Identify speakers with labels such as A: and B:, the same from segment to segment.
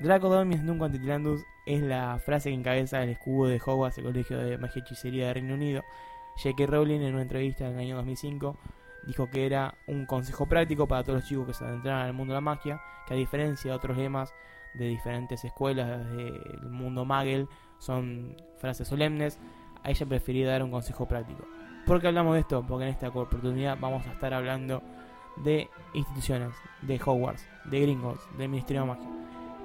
A: Draco Dormius Nunca Titilandus es la frase que encabeza el escudo de Hogwarts, el Colegio de Magia y Hechicería de Reino Unido. J.K. Rowling en una entrevista en el año 2005 dijo que era un consejo práctico para todos los chicos que se adentraran al mundo de la magia, que a diferencia de otros lemas de diferentes escuelas del mundo Magel, son frases solemnes, a ella prefería dar un consejo práctico. ¿Por qué hablamos de esto? Porque en esta oportunidad vamos a estar hablando de instituciones, de Hogwarts, de Gringotts, del Ministerio de Magia.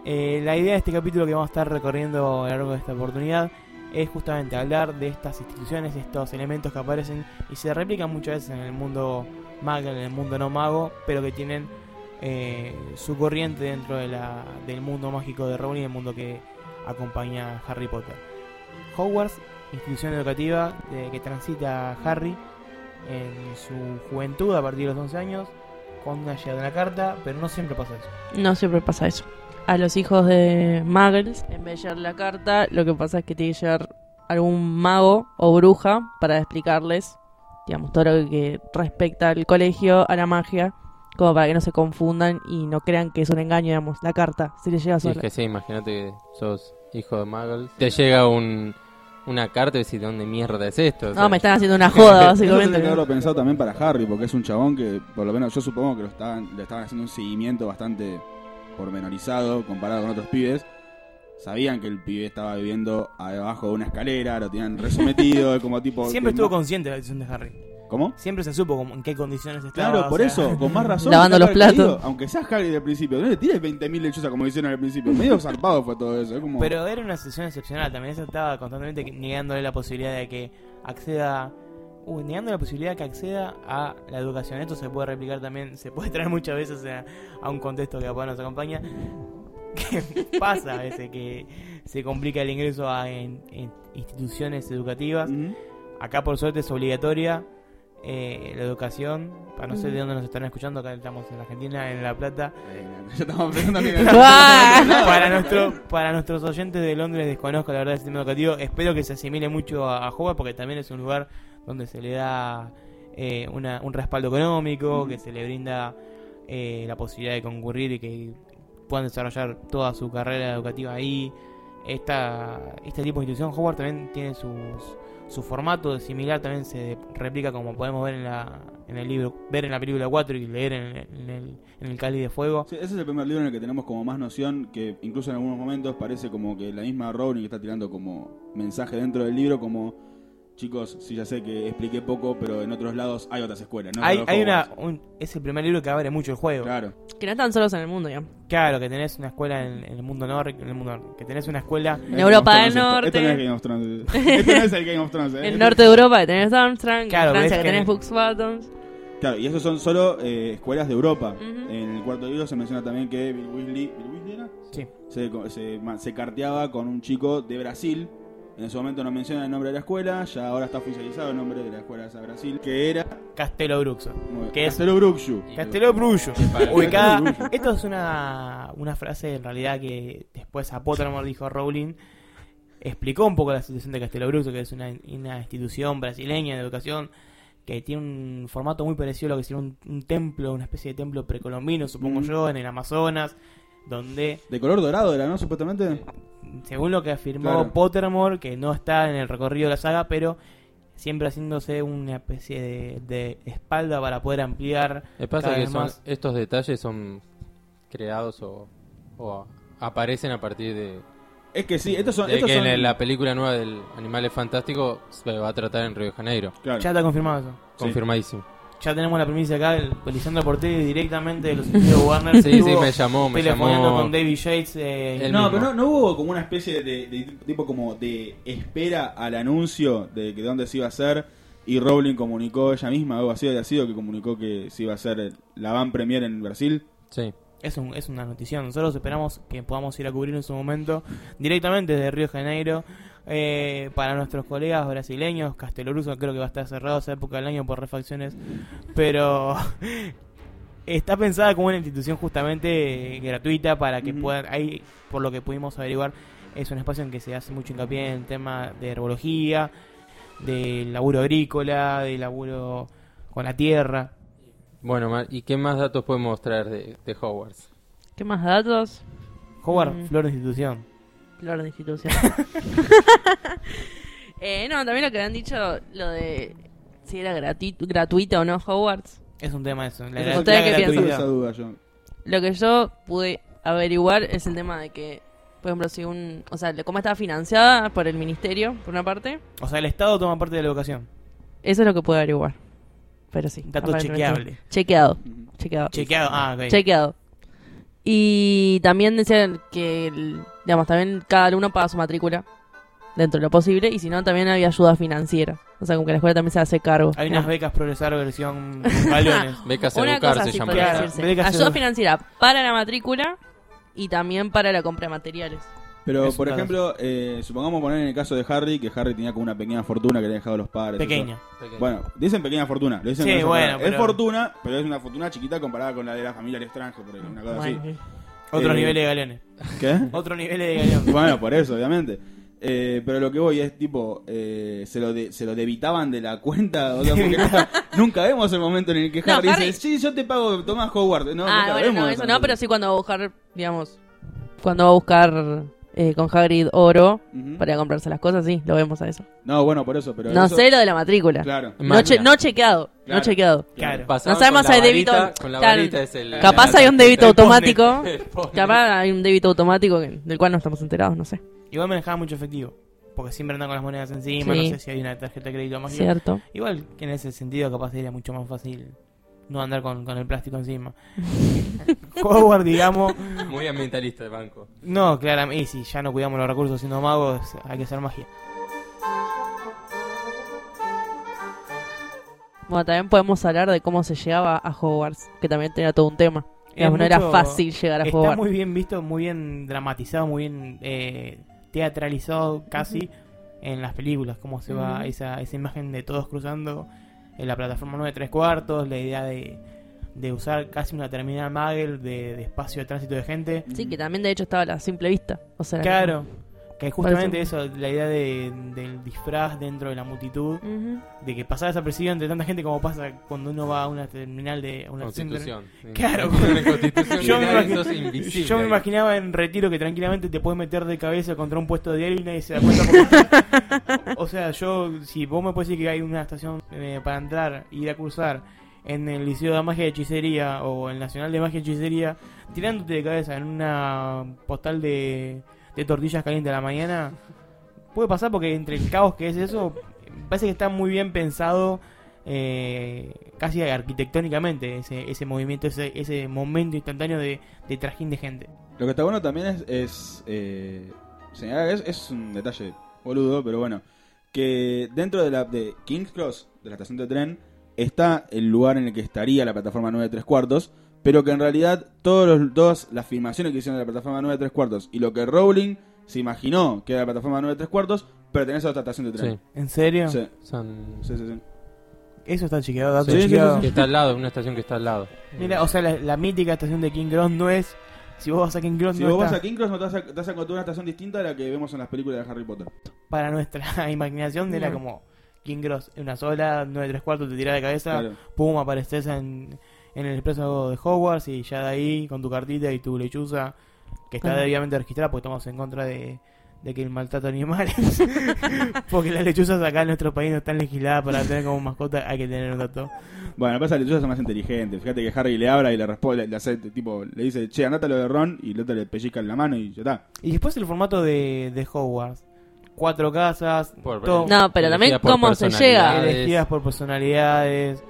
A: Eh, la idea de este capítulo que vamos a estar recorriendo a lo largo de esta oportunidad es justamente hablar de estas instituciones, estos elementos que aparecen y se replican muchas veces en el mundo mago, en el mundo no mago, pero que tienen eh, su corriente dentro de la, del mundo mágico de Rowling, el mundo que acompaña a Harry Potter. Hogwarts, institución educativa de que transita Harry en su juventud a partir de los 11 años, con una llegada de una carta, pero no siempre pasa eso.
B: No siempre pasa eso. A los hijos de Muggles, en vez de llegar la carta, lo que pasa es que tiene que llegar algún mago o bruja para explicarles, digamos, todo lo que respecta al colegio, a la magia, como para que no se confundan y no crean que es un engaño, digamos, la carta, si les llega
C: Sí,
B: sola.
C: es que sí, imagínate que sos hijo de Muggles. Te llega un, una carta y decís, ¿dónde mierda es esto? O sea,
B: No, me están haciendo una joda,
D: Eso tiene que
B: básicamente.
D: haberlo pensado también para Harry, porque es un chabón que, por lo menos yo supongo que lo estaban, le estaban haciendo un seguimiento bastante pormenorizado comparado con otros pibes. Sabían que el pibe estaba viviendo abajo de una escalera, lo tenían resometido, como tipo...
A: Siempre
D: que
A: estuvo
D: no-
A: consciente de la decisión de Harry.
D: ¿Cómo?
A: Siempre se supo cómo- en qué condiciones estaba.
D: Claro,
A: o
D: por
A: sea,
D: eso, con más razón.
B: Lavando los
D: Harry querido,
B: platos.
D: aunque seas Harry del principio, no le tires 20.000 lechuzas como hicieron al principio. Medio zarpado fue todo eso. Es como...
A: Pero era una sesión excepcional, también ella estaba constantemente negándole la posibilidad de que acceda, uh, negando la posibilidad de que acceda a la educación. Esto se puede replicar también, se puede traer muchas veces a, a un contexto que capaz nos acompaña. Que pasa a veces que se complica el ingreso a en- en instituciones educativas.
D: Ujú.
A: Acá por suerte es obligatoria eh, la educación. Para no sé de dónde nos estarán escuchando, acá estamos en Argentina, en La Plata.
D: Eh, ya estamos pensando que...
B: Ah.
A: para, nuestro, para nuestros oyentes de Londres desconozco la verdad el sistema educativo. Espero que se asimile mucho a, a Hobart porque también es un lugar donde se le da eh, una- un respaldo económico,
D: Ujú.
A: que se le brinda eh, la posibilidad de concurrir y que puedan desarrollar toda su carrera educativa ahí. Esta, este tipo de institución, Howard también tiene sus, su formato de similar, también se replica como podemos ver en, la, en el libro, ver en la película 4 y leer en, en el, en el Cali de Fuego.
D: Sí, ese es el primer libro en el que tenemos como más noción, que incluso en algunos momentos parece como que la misma Rowling está tirando como mensaje dentro del libro, como chicos, sí ya sé que expliqué poco, pero en otros lados hay otras escuelas, ¿no?
A: hay,
D: Los
A: hay una,
D: Hogwarts.
A: un- es el primer libro que abre mucho el juego. Claro,
D: Claro.
B: Que no están solos en el mundo,
A: Eh.
B: digamos.
A: que tenés una escuela en, en el mundo nórdico, en el mundo nórdico, que tenés una escuela
D: No es
B: Europa
D: Game of
B: del
D: Thrones esto. Esto no es
B: Norte.
D: Game of Thrones. Esto no es el Game of Thrones. ¿eh?
B: En norte de Europa que tenés Armstrong,
A: Claro,
B: en Francia
A: ves
B: que
A: que-
B: tenés Buxbottoms.
D: Claro, y esos son solo eh, escuelas de Europa.
B: Ujú.
D: En el cuarto libro se menciona también que Bill Weasley, ¿Bill Weasley era?
A: Sí.
D: Se, co- se ma- se carteaba con un chico de Brasil. En su momento no menciona el nombre de la escuela, ya ahora está oficializado el nombre de la escuela de Brasil, que era
A: Castelo Bruxo. ¿Qué
D: ¿Qué
A: es?
D: Castelo Bruxu.
C: y-
A: Castelo Bruxo.
C: para-
A: Ubicada.
D: Castelo Bruxu.
A: Esto es una, una frase en realidad que después a Pottermore dijo Rowling. Explicó un poco la situación de Castelo Bruxo, que es una, una institución brasileña de educación que tiene un formato muy parecido a lo que sería un, un templo, una especie de templo precolombino, supongo
D: Mm.
A: yo, en el Amazonas, donde
D: De color dorado era, ¿no? Supuestamente.
A: según lo que afirmó
D: Claro.
A: Pottermore, que no está en el recorrido de la saga, pero siempre haciéndose una especie de, de espalda para poder ampliar.
C: Me pasa
A: cada
C: que
A: vez
C: son-
A: más.
C: estos detalles son creados o, o aparecen a partir de,
D: Es que sí, estos son.
C: de
D: Estos
C: que
D: son
C: en la película nueva del Animales Fantásticos se va a tratar en Río de Janeiro.
D: Claro.
A: Ya está confirmado eso.
D: Sí.
C: Confirmadísimo.
A: Ya tenemos la primicia acá, el Lisandro Portelli directamente de los estudios Warner.
C: Sí, sí,
A: estuvo
C: me llamó, me
A: telefoneando
C: llamó.
A: con David Yates. eh,
C: El-
D: no,
C: mismo.
D: pero no, no hubo como una especie de, de tipo como de espera al anuncio de que dónde se iba a hacer y Rowling comunicó ella misma, algo así había sido que comunicó que se iba a hacer la van premier en Brasil.
C: Sí.
A: es, un- es una noticia. Nosotros esperamos que podamos ir a cubrir en su momento directamente desde Río de Janeiro. Eh, para nuestros colegas brasileños, Casteloruso creo que va a estar cerrado esa época del año por refacciones. Pero está pensada como una institución justamente eh, gratuita para que
D: Ujú.
A: puedan. Ahí, por lo que pudimos averiguar, es un espacio en que se hace mucho hincapié en el tema de herbología, del laburo agrícola, del laburo con la tierra.
C: Bueno, Mar, ¿y qué más datos podemos traer de, de Hogwarts?
B: ¿Qué más datos?
A: Howard,
B: Mm.
A: flor de institución.
B: Flor de institución. Eh, no, también lo que habían dicho, lo de si era grati- gratuito o no Hogwarts.
A: Es un tema eso. La,
D: Eso
A: gra-
D: fue-
B: ¿Ustedes qué
A: la
D: tuve
B: piensan?
A: gratuidad.
D: esa duda yo.
B: Lo que yo pude averiguar es el tema de que, por ejemplo, si un... O sea, cómo estaba financiada por el ministerio, por una parte.
A: O sea, el Estado toma parte de la educación.
B: Eso es lo que pude averiguar. Pero sí.
A: Dato
B: aparentemente-
A: chequeable.
B: Chequeado.
D: Ujú.
B: Chequeado.
A: Chequeado. Ah, ok.
B: Chequeado. Y también decían que, el- digamos, también cada alumno paga su matrícula dentro de lo posible y si no, también había ayuda financiera. O sea, como que la escuela también se hace cargo.
A: Hay unas
B: Ah.
A: becas progresar versión galones.
C: Becas
B: Una
C: Educar
B: cosa
C: se
B: así
C: llama.
B: podría
A: Claro,
B: decirse.
A: becas
B: Ayuda
A: Educar.
B: financiera para la matrícula y también para la compra de materiales.
D: Pero,
A: Es
D: por
A: una de
D: ejemplo, eh, supongamos poner en el caso de Harry, que Harry tenía como una pequeña fortuna que le han dejado los padres.
A: Pequeña.
D: eso. Bueno, dicen pequeña fortuna. Lo dicen
A: Sí,
D: con esa
A: bueno,
D: palabra.
A: pero-
D: Es fortuna, pero es una fortuna chiquita comparada con la de la familia del extranjero, por ejemplo, una cosa así.
B: Bueno.
A: Otro
D: Eh,
A: nivel de galones.
D: ¿Qué?
A: Otro nivel de galones.
D: Bueno, por eso, obviamente. Eh, pero lo que voy es tipo, eh, se, lo de- se lo debitaban de la cuenta. o sea, porque nunca, nunca vemos el momento en el que
B: No,
D: Harry,
B: Harry-
D: dice, sí, yo te pago, Tomás Howard. No,
B: ah,
D: nunca
B: bueno,
D: vemos
B: no,
D: esa
B: eso no,
D: cosa.
B: pero sí cuando va a buscar, digamos, cuando va a buscar eh, con Hagrid oro
D: Ujú.
B: para comprarse las cosas, sí, lo vemos a eso.
D: No, bueno, por eso. Pero
B: no
D: eso-
B: sé lo de la matrícula.
D: Claro.
B: No, che- no chequeado, no
D: Claro.
B: chequeado.
A: Claro.
C: Pasaban
B: No sabemos
C: con la
B: si hay débito-
C: varita- con la
B: claro.
C: varita es el-
B: Capaz
C: la-
B: hay un débito
A: el pone.
B: automático.
C: el pone.
B: Capaz hay un débito automático que- del cual no estamos enterados, no sé.
A: Igual manejaba mucho efectivo. Porque siempre andan con las monedas encima.
B: Sí.
A: No sé si hay una tarjeta de crédito más.
B: Cierto.
A: Igual que en ese sentido, capaz era mucho más fácil no andar con, con el plástico encima. Howard, digamos.
C: Muy ambientalista el banco.
A: No, claramente. Y si ya no cuidamos los recursos siendo magos, hay que hacer magia.
B: Bueno, también podemos hablar de cómo se llegaba a Hogwarts, que también tenía todo un tema.
A: Es
B: Digamos, no era
A: mucho-
B: fácil llegar a
A: Está
B: Hogwarts.
A: muy bien visto, muy bien dramatizado, muy bien eh, teatralizado casi en las películas, cómo se va
B: Ujú.
A: esa, esa imagen de todos cruzando en la plataforma 9 tres cuartos, la idea de, de usar casi una terminal Magel de, de espacio de tránsito de gente.
B: Sí, que también de hecho estaba a la simple vista. O sea,
A: Claro, que justamente
B: Parece-
A: eso, la idea de- del disfraz dentro de la multitud,
B: Ujú.
A: de que pasar desapercibido entre tanta gente como pasa cuando uno va a una terminal de a una
C: Constitución.
A: Claro.
C: En la Constitución
A: Yo me,
C: legal
A: imagino-
C: sos invisible.
A: yo me imaginaba en retiro que tranquilamente te puedes meter de cabeza contra un puesto de diario y nadie se da cuenta. porque- o sea, yo, si vos me puedes decir que hay una estación eh, para entrar, ir a cursar en el Liceo de Magia y Hechicería o el Nacional de Magia y Hechicería, tirándote de cabeza en una postal de, de tortillas calientes a la mañana, puede pasar porque entre el caos que es eso, me parece que está muy bien pensado. eh, casi arquitectónicamente ese, ese movimiento, ese, ese momento instantáneo de, de trajín de gente.
D: Lo que está bueno también es, es eh, señalar, es, es un detalle boludo, pero bueno, que dentro de la de King's Cross, de la estación de tren, está el lugar en el que estaría la plataforma 9 3 cuartos, pero que en realidad todos los, todas las filmaciones que hicieron de la plataforma 9 3 cuartos y lo que Rowling se imaginó que era la plataforma 9 3 cuartos, pertenece a otra estación de
C: Sí,
D: tren.
A: ¿En serio?
D: Sí,
C: son...
D: sí, sí. sí.
A: Eso está chequeado, dato
D: Sí, sí,
A: chequeado.
C: Que está al lado, una estación que está al lado. Eh,
A: Mira, o sea, la, la mítica estación de King Cross no es. Si vos vas a King Cross,
D: Si
A: no
D: vos vas
A: está.
D: a King's Cross, no te vas a, te vas a encontrar una estación distinta a la que vemos en las películas de Harry Potter.
A: Para nuestra imaginación, era
B: No.
A: como King Cross, una sola, 9 3 cuartos, te tirás de cabeza,
D: Claro.
A: pum, apareces en, en el expreso de Hogwarts y ya de ahí, con tu cartita y tu lechuza, que está
B: Claro.
A: debidamente registrada, porque estamos en contra de, de que el maltrato a animales. porque las lechuzas acá en nuestro país no están legisladas para tener como mascota, hay que tener un dato.
D: Bueno, pasa que los son más inteligentes. Fíjate que Harry le habla y le responde, le, le hace, tipo, le dice, che, andate a lo de Ron y el otro le pellizca en la mano y ya está.
A: Y después el formato de, de Hogwarts. Cuatro casas,
C: Por-
A: todo-
B: No, pero también
C: elegida por
B: cómo se llega.
C: personalidades.
A: elegidas por personalidades.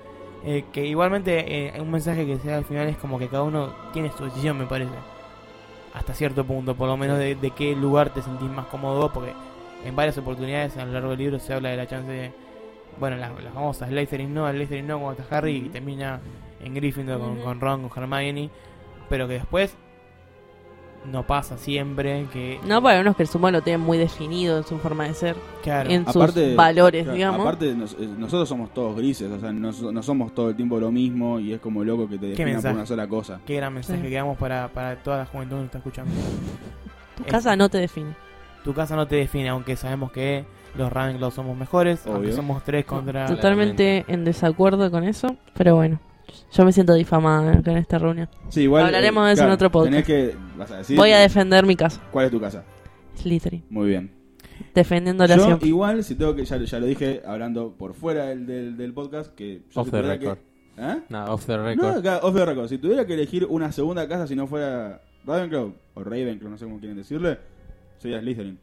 A: eh, que igualmente eh, un mensaje que sea al final es como que cada uno tiene su decisión, me parece. Hasta cierto punto, por lo menos de, de qué lugar te sentís más cómodo, porque en varias oportunidades a lo largo del libro se habla de la chance de... Bueno, las, las famosas Slytherin no, Slytherin no, cuando está Harry y termina en Gryffindor con,
B: Ujú.
A: con Ron, con Hermione, pero que después no pasa siempre, que...
B: No, pues, para unos que el sumo lo tienen muy definido en su forma de ser,
A: Claro.
B: en
D: Aparte-
B: sus valores,
D: Claro,
B: digamos.
D: Aparte, nos- eh, nosotros somos todos grises, o sea, no, so- no somos todo el tiempo lo mismo y es como loco que te definan por
A: mensaje?
D: una sola cosa.
A: Qué gran mensaje
B: Sí.
A: que damos para, para toda la juventud que nos está escuchando. Eh,
B: tu casa no te define.
A: Tu casa no te define, aunque sabemos que los Ravenclaw somos mejores, aunque
D: Obvio.
A: somos tres contra...
C: Total.
B: Totalmente en desacuerdo con eso, pero bueno. Yo me siento difamada eh, con esta reunión.
D: Sí, igual. eh,
B: Hablaremos de eso en otro podcast.
D: Tenés que. Vas a decir.
B: Voy a defender mi caso.
D: ¿Cuál es tu casa?
B: Slytherin.
D: Muy bien.
B: Defendiéndola
D: yo,
B: siempre.
D: igual, si tengo que. Ya, ya lo dije hablando por fuera del, del, del podcast. Que yo
C: Off
D: si
C: the
D: tuviera
C: record.
D: Que, ¿Eh?
C: No, off the
D: No,
C: record.
D: acá, off the record. Si tuviera que elegir una segunda casa si no fuera Ravenclaw o Ravenclaw, no sé cómo quieren decirle, sería Slytherin.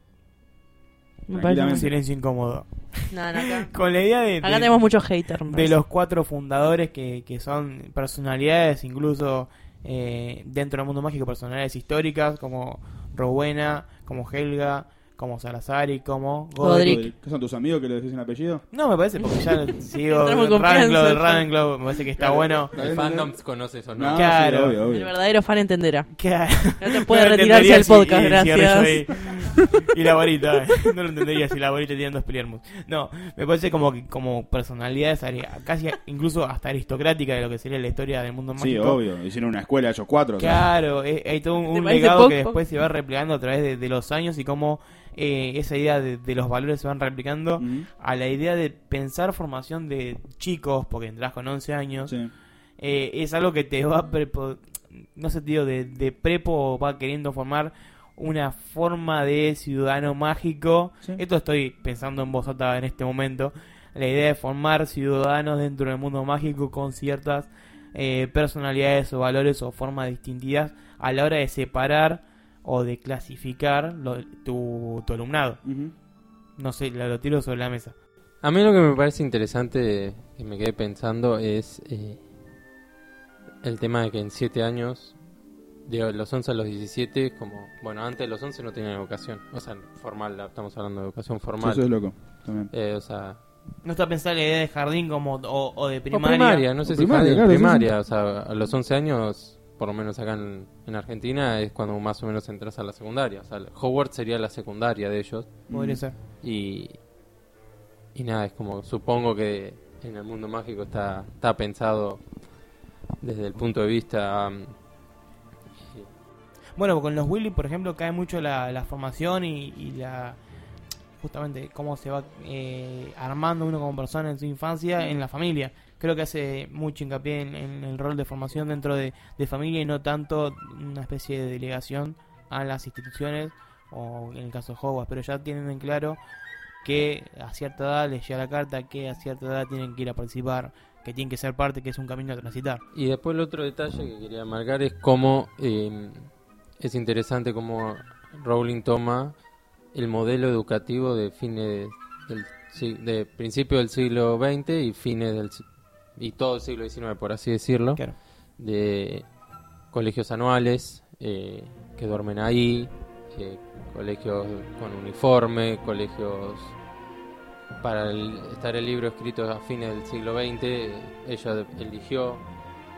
B: Me parece
A: Un
D: tranquilamente.
A: silencio incómodo.
B: muy- No, no, acá.
A: Con la idea de,
B: acá
A: de-
B: tenemos muchos haters. me
A: de
B: parece.
A: los cuatro fundadores que, que son personalidades, incluso eh, dentro del mundo mágico, personalidades históricas como Rowena, como Helga, como Salazar y como Godric.
B: Godric.
D: ¿Qué son tus amigos que le decís un apellido?
A: No, me parece, porque ya sigo
B: Entramos
A: Ravenclaw,
B: en confianza,
A: del
B: ya.
A: Ravenclaw, me parece que está bueno.
C: El fandom conoce esos
D: No,
C: nombres.
D: sí,
A: Claro.
D: obvio, obvio.
B: El verdadero fan entenderá.
A: Claro.
B: No te puede
A: No lo entendería
B: retirarse del
A: si-
B: podcast,
A: si
B: gracias.
A: Arroyo y, y la varita, eh. no lo entendería si la varita tiene dos Peliermus. No, me parece como que- como personalidades are- casi incluso hasta aristocrática de lo que sería la historia del mundo
D: Sí,
A: mágico.
D: obvio. Hicieron una escuela ellos cuatro. o sea.
A: Claro, eh, hay todo un,
B: ¿Te
A: un
B: parece
A: legado
B: poco?
A: que después se va replicando a través de, de los años y cómo eh, esa idea de, de los valores se van replicando
D: Ujú.
A: a la idea de pensar formación de chicos, porque entras con 11 años,
D: Sí.
A: eh, es algo que te va prepo- no sé tío de, de prepo va queriendo formar una forma de ciudadano mágico
D: Sí.
A: esto estoy pensando en voz alta en este momento la idea de formar ciudadanos dentro del mundo mágico con ciertas eh, personalidades o valores o formas distintivas a la hora de separar o de clasificar lo- tu, tu alumnado
D: Ujú.
A: no sé lo, lo tiro sobre la mesa
C: A mí lo que me parece interesante, eh, que me quedé pensando, es eh, el tema de que en 7 años, de los 11 a los 17, como, bueno, antes de los 11 no tenían educación, o sea, formal, estamos hablando de educación
D: Sí,
C: formal.
D: Eso es loco. También.
C: Eh, o sea,
A: no está pensada la idea de jardín como o, o de
C: o
A: primaria,
C: no sé
D: O
C: si
D: primaria,
C: jardín,
D: claro, sí,
C: primaria, o sea, a los 11 años, por lo menos acá en, en Argentina, es cuando más o menos entras a la secundaria, o sea, Hogwarts sería la secundaria de ellos.
A: podría ser
C: Y, y nada, es como supongo que en el mundo mágico está, está pensado desde el punto de vista... um,
A: Bueno, con los Willy, por ejemplo, cae mucho la, la formación y, y la justamente cómo se va eh, armando uno como persona en su infancia, en la familia. Creo que hace mucho hincapié en, en el rol de formación dentro de, de familia y no tanto una especie de delegación a las instituciones o en el caso de Hogwarts, pero ya tienen en claro que a cierta edad les llega la carta, que a cierta edad tienen que ir a participar, que tienen que ser parte, que es un camino a transitar.
C: y después el otro detalle que quería marcar es cómo eh, es interesante cómo Rowling toma el modelo educativo de fines del sig- de principio del siglo XX y fines del si- y todo el siglo XIX por así decirlo
A: Claro.
C: de colegios anuales eh, que duermen ahí, eh, colegios con uniforme, colegios para el- estar el libro escrito a fines del siglo XX, eh, ella de- eligió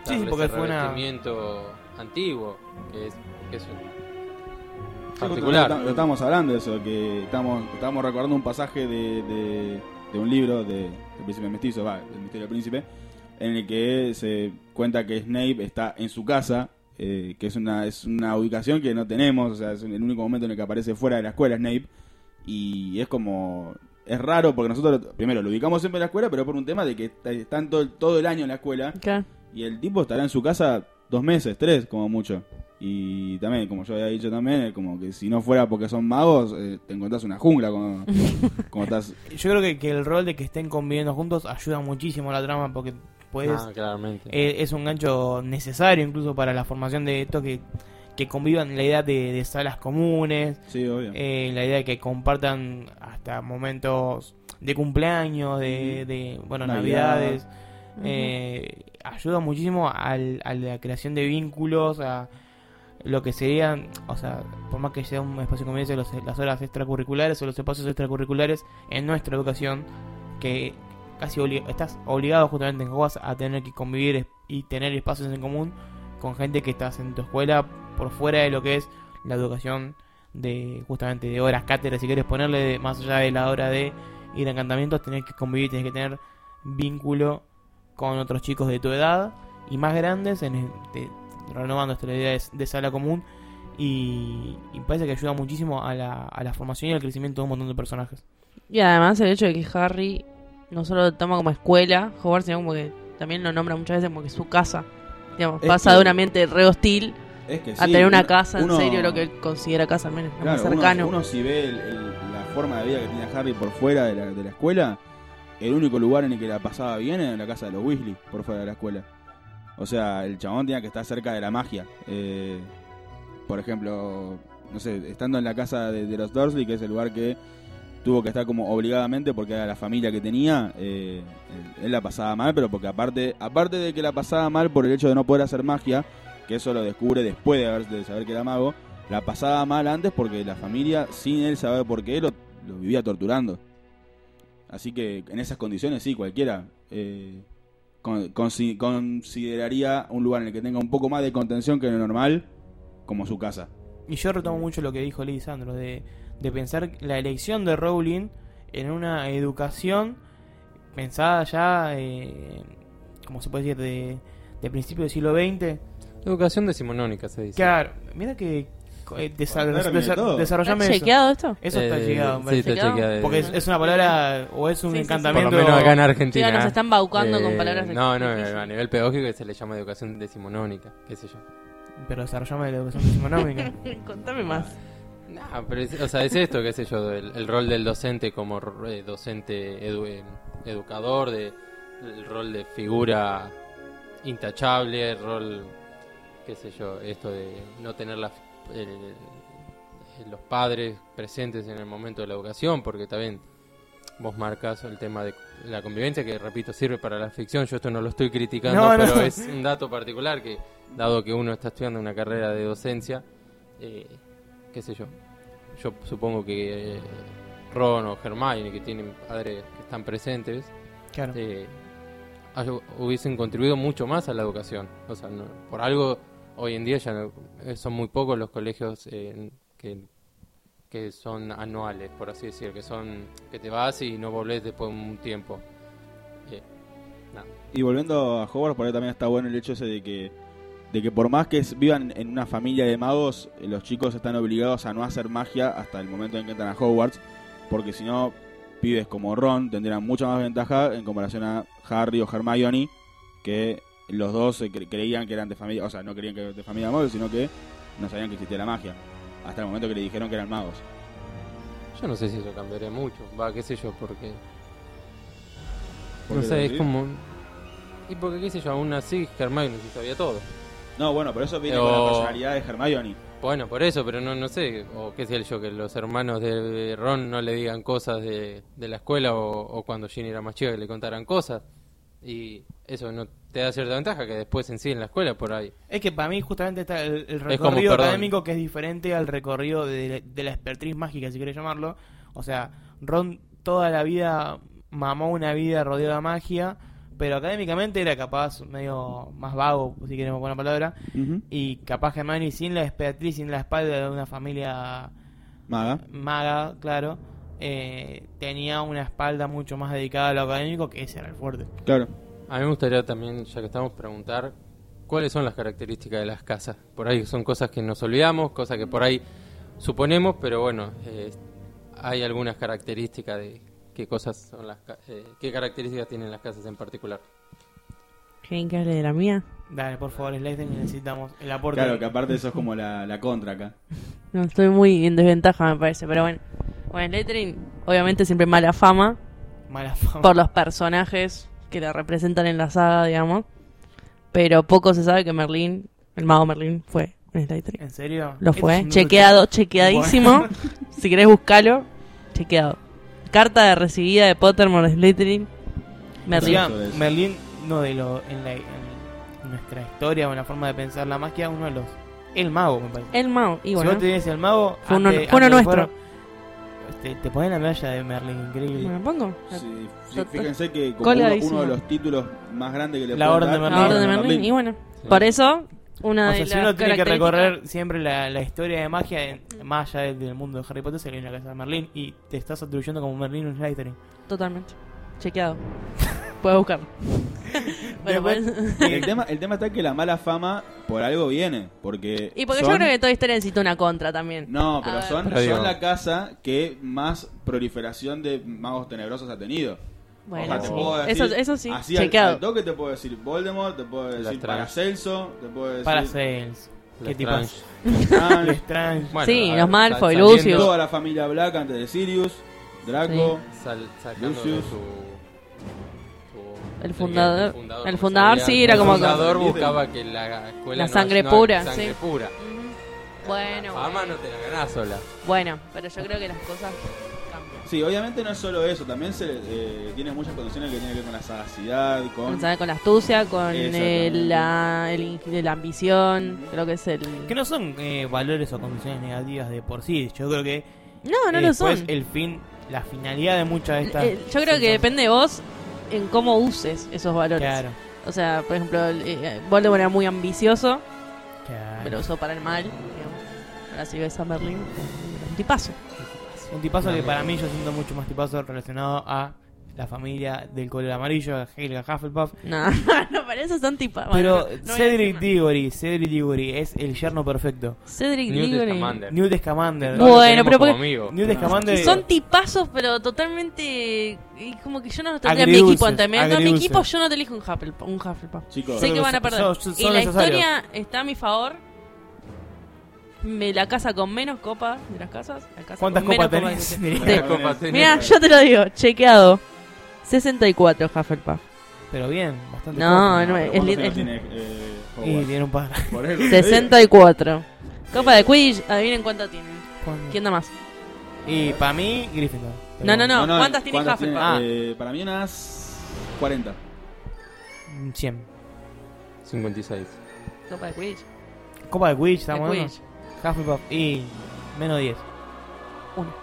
A: Sí,
C: darle
A: porque
C: ese
A: fue una-
C: revestimiento antiguo, que es, que es
D: Sí, justo
C: particular.
D: Lo, lo estábamos hablando de eso, que estamos, estábamos recordando un pasaje de, de- de un libro de, de Príncipe Mestizo, va, El Misterio del Príncipe, en el que se cuenta que Snape está en su casa, eh, que es una, es una ubicación que no tenemos, o sea, es el único momento en el que aparece fuera de la escuela Snape, y es como... Es raro porque nosotros, lo- primero, lo ubicamos siempre en la escuela, pero por un tema de que está- están todo, todo el año en la escuela
B: Acá.
D: y el tipo estará en su casa dos meses, tres, como mucho. Y también, como yo había dicho también, es como que si no fuera porque son magos, eh, te encontrás una jungla como, como estás.
A: Yo creo que, que el rol de que estén conviviendo juntos ayuda muchísimo a la trama porque puedes,
C: Ah, claramente.
A: eh, es un gancho necesario incluso para la formación de estos que, que convivan la idea de, de salas comunes,
D: Sí, obvio.
A: eh, la idea de que compartan hasta momentos de cumpleaños, de, de, bueno,
D: Navidad.
A: navidades. eh, ayuda muchísimo al- a la creación de vínculos, a lo que serían, o sea, por más que sea un espacio de convivencia, los- las horas extracurriculares o los espacios extracurriculares en nuestra educación, que casi obli- estás obligado justamente en Hogwarts a tener que convivir es- y tener espacios en común con gente que estás en tu escuela por fuera de lo que es la educación de justamente de horas cátedras si quieres ponerle de- más allá de la hora de ir a encantamientos tenés que convivir tenés que tener vínculo con otros chicos de tu edad y más grandes en el- de- renovando esta idea de, de sala común y, y parece que ayuda muchísimo a la, a la formación y al crecimiento de un montón de personajes
B: Y además el hecho de que Harry no solo lo toma como escuela, Hogwarts, sino como que también lo nombra muchas veces como que es su casa. Digamos,
D: Es
B: pasa
D: que-
B: de un ambiente re hostil
D: Es que
B: a
D: sí,
B: tener una
D: uno-
B: casa, en
D: uno-
B: serio, lo que él considera casa, al menos, lo
D: claro,
B: más
D: uno-
B: cercano.
D: Uno, si ve el- el- la forma de vida que tenía Harry por fuera de la, de la escuela, el único lugar en el que la pasaba bien era en la casa de los Weasley, por fuera de la escuela. O sea, el chabón tenía que estar cerca de la magia. Eh, por ejemplo, no sé, estando en la casa de, de los Dursley, que es el lugar que tuvo que estar como obligadamente porque era la familia que tenía, eh, él, él la pasaba mal, pero porque aparte, aparte de que la pasaba mal por el hecho de no poder hacer magia, que eso lo descubre después de, haber- de saber que era mago, la pasaba mal antes porque la familia, sin él saber por qué, lo, lo vivía torturando. Así que en esas condiciones sí, cualquiera eh, con- consi- consideraría un lugar en el que tenga un poco más de contención que lo normal como su casa.
A: Y yo retomo mucho lo que dijo Lisandro, de, de pensar la elección de Rowling en una educación pensada ya, eh, como se puede decir, de, de principio del siglo XX.
C: Educación decimonónica se dice.
A: Claro, mira que eh, desa-
D: Con término y
A: desa-
D: todo.
A: desarrollame
B: ¿Está
A: eso.
B: chequeado esto?
A: Eso está
C: Eh,
A: llegado, me
C: Sí,
A: parece.
C: está
B: Chequeado.
C: chequeado.
A: Porque es, es una palabra o es un
B: Sí, sí, sí.
C: por
A: encantamiento.
C: lo menos acá en
B: Sí,
C: Argentina.
B: ahora nos están baucando con
C: eh,
B: palabras
C: No, no,
B: difíciles.
C: a nivel pedagógico se le llama educación decimonónica, qué sé yo.
A: Pero desarrollame la educación decimonómica.
B: Contame más.
C: Nah, pero es, o sea, es esto, qué sé yo, el, el rol del docente como ro- eh, docente edu- eh, educador, de, el rol de figura intachable, el rol, qué sé yo, esto de no tener la, el- los padres presentes en el momento de la educación, porque también vos marcas el tema de la convivencia, que repito, sirve para la ficción, yo esto no lo estoy criticando,
A: No, no.
C: pero es un dato particular que, dado que uno está estudiando una carrera de docencia, eh, qué sé yo, yo supongo que eh, Ron o Hermione, que tienen padres que están presentes,
A: Claro.
C: eh, hay- hubiesen contribuido mucho más a la educación. O sea, no- por algo, hoy en día ya no- eh, son muy pocos los colegios eh, que, que son anuales, por así decir, que son que te vas y no volvés después de un tiempo. Eh,
D: Y volviendo a Hogwarts, por ahí también está bueno el hecho ese de que, de que por más que es- vivan en una familia de magos, eh, los chicos están obligados a no hacer magia hasta el momento en que entran a Hogwarts, porque si no, pibes como Ron tendrían mucha más ventaja en comparación a Harry o Hermione, que los dos se cre- creían que eran de familia, o sea, no creían que eran de familia magos, sino que no sabían que existía la magia, hasta el momento que le dijeron que eran magos.
C: yo no sé si eso cambiaría mucho, va, qué sé yo, porque
D: ¿Por
C: no
D: qué
C: sé,
D: lo
C: es
D: decís?
C: como y porque qué sé yo, aún así Hermione sí sabía todo.
D: No, bueno, pero eso viene
C: Eh,
D: con la
C: o-
D: personalidad de Hermione.
C: Bueno, por eso, pero no, no sé, o qué sé yo, que los hermanos de Ron no le digan cosas de, de la escuela o, o cuando Ginny era más chica que le contaran cosas. Y eso no te da cierta ventaja que después en sí en la escuela por ahí.
A: Es que para mí justamente está el, el
C: Es
A: recorrido
C: como, perdón.
A: académico que es diferente al recorrido de, de la expertriz mágica, si querés llamarlo. O sea, Ron toda la vida mamó una vida rodeada de magia, pero académicamente era capaz, medio más vago, si queremos poner la palabra, y capaz Germán sin la expertriz, sin la espalda de una familia
D: Maga.
A: maga, claro, eh, tenía una espalda mucho más dedicada a lo académico, que ese era el fuerte.
D: Claro.
C: A mí me gustaría también, ya que estamos, preguntar cuáles son las características de las casas. Por ahí son cosas que nos olvidamos, cosas que por ahí suponemos, pero bueno, eh, hay algunas características de qué cosas son las ca- eh, qué características tienen las casas en particular.
B: ¿Quieren que hable de la mía?
A: Dale, por favor, Slytherin, necesitamos el aporte.
D: Claro, que aparte eso es como la, la contra acá.
B: No, estoy muy en desventaja, me parece, pero bueno. Bueno, Slytherin, obviamente siempre mala fama
A: Mala fama.
B: por los personajes que la representan en la saga, digamos. Pero poco se sabe que Merlín, el mago Merlín, fue un Slytherin.
A: ¿En serio?
B: Lo
A: Esto
B: fue,
A: es un
B: chequeado,
A: dulce.
B: chequeadísimo.
A: Bueno.
B: Si querés buscarlo, chequeado. Carta de recibida de Pottermore de Slytherin. Merlín.
A: Encima,
D: Eso es.
A: Merlín, no de lo. En, la- en nuestra historia o en la forma de pensar la magia, uno de los. El mago, me parece.
B: El mago, y
A: Si
B: bueno.
A: vos tenés el mago.
B: Fue uno-
A: antes-
B: fue uno
A: antes de
B: nuestro.
A: fuera- te, te ponen la medalla de Merlín, increíble.
B: ¿Me lo pongo?
D: Sí, sí,
B: Total.
D: fíjense que como uno,
B: Colgadísimo.
D: uno de los títulos más grandes que le
A: La
D: pueden
A: Orden de
D: dar-
B: La
A: Merlín.
B: orden de
D: Orden
B: Merlín. Y bueno,
C: Sí.
B: por eso, una
A: O
B: de
A: sea, si
B: las
A: uno tiene que
B: características-
A: recorrer siempre la, la historia de magia, en- más allá del, del mundo de Harry Potter, sería en la casa de Merlín y te estás atribuyendo como Merlín un Slytherin.
B: Totalmente. Chequeado. Puedes buscarlo. bueno,
A: Después-
B: pues-
D: El tema, el tema está que la mala fama por algo viene, porque
B: Y porque
D: son-
B: yo creo que toda historia necesita una contra también.
D: No,
B: A
D: pero
B: ver.
D: son,
C: Pero
D: son
C: digo-
D: la casa que más proliferación de magos tenebrosos ha tenido.
B: Bueno,
D: Ojalá, te
B: sí.
D: puedo decir,
B: Eso, eso sí,
D: Así al-
B: chequeado.
D: Al, toque te puedo decir Voldemort, te puedo decir
C: trans.
D: Paracelso, te puedo decir
A: Para Sales,
C: La
A: ¿Qué
C: Strange.
A: tipos?
D: Trans,
A: Strange.
C: Bueno,
B: Sí,
C: a
B: los
C: ver,
B: Malfoy,
C: sal- saliendo-
B: Lucius.
D: toda la familia Black antes de Sirius, Draco.
C: sal- sacando
D: Lucius.
C: su- su-
B: El fundador-
C: fundador,
B: el fundador sí, era
C: el
D: como-
C: fundador buscaba que la escuela
B: La
C: no-
B: sangre
C: no-
B: pura,
C: sangre
B: sí.
C: pura.
B: Ujú. Bueno,
C: La fama no te la ganás sola.
B: bueno, pero yo creo que las cosas cambian.
D: Sí, obviamente no es solo eso, también se eh, tiene muchas condiciones que tienen que ver con la sagacidad, con...
B: Vamos a ver Con la astucia, con
D: Exactamente.
B: el- la, el ing- la ambición, creo que es el...
A: Que no son eh, valores o condiciones negativas de por sí. Yo creo que
B: No, no
A: eh,
B: lo
A: después
B: son.
A: el fin, la finalidad de muchas de estas.
B: Eh, Yo creo que depende de vos en cómo uses esos valores.
A: Claro,
B: O sea, por ejemplo, el- eh, Voldemort era muy ambicioso,
A: claro.
B: pero lo usó para el mal. digamos. Ahora si ves a Merlin, era un tipazo.
A: Un tipazo que para mí yo siento mucho más tipazo relacionado a la familia del color amarillo, a Helga Hufflepuff.
B: No, no, para eso son tipazos.
A: Pero
B: Bueno, no- no voy a decir
A: Cedric
B: nada.
A: Diggory, Cedric Diggory es el yerno perfecto.
B: Cedric
C: Newt
B: Diggory.
C: Scamander.
A: Newt Scamander.
C: No lo
B: Bueno,
C: tenemos
B: pero
C: como
B: porque-
C: amigo.
A: Newt Scamander.
B: Son tipazos, pero totalmente. y Como que yo no los tendría en mi
A: Agridulces,
B: equipo. Antes de meter mi
A: agridulces.
B: equipo, yo no te elijo un Hufflepuff. Un Hufflepuff.
D: Chicos,
B: Sé que
A: son-
B: van a perder.
A: son- son
B: y la
A: necesarios.
B: historia está a mi favor. Me la casa con menos copas de las casas. La casa
A: ¿Cuántas
B: con menos
A: copas tenés?
B: de-
D: Sí.
C: Copa tenés.
B: Mira, yo te lo digo, chequeado. 64 Hufflepuff.
A: Pero bien, bastante.
B: No,
A: joven.
B: no,
D: pero
B: es,
D: ¿cuántos
B: li-
D: años
B: es-
D: tiene, eh,
A: Y
D: Hogwarts?
A: tiene un par.
D: Por eso te digo.
B: 64. Copa de Quidditch, adivinen cuánto tienen.
A: ¿Cuándo?
B: ¿Quién da más?
A: Y para mí, Gryffindor.
B: No,
A: Pero-
B: no, ¿cuántas Ah. tiene
A: Hufflepuff?
D: eh, para mí unas 40.
A: Mm, 100.
C: 56.
B: Copa de Quidditch.
A: Copa de Witch,
B: De
A: estamos hablando.
B: Quidditch.
A: Hufflepuff y menos 10.
B: Una.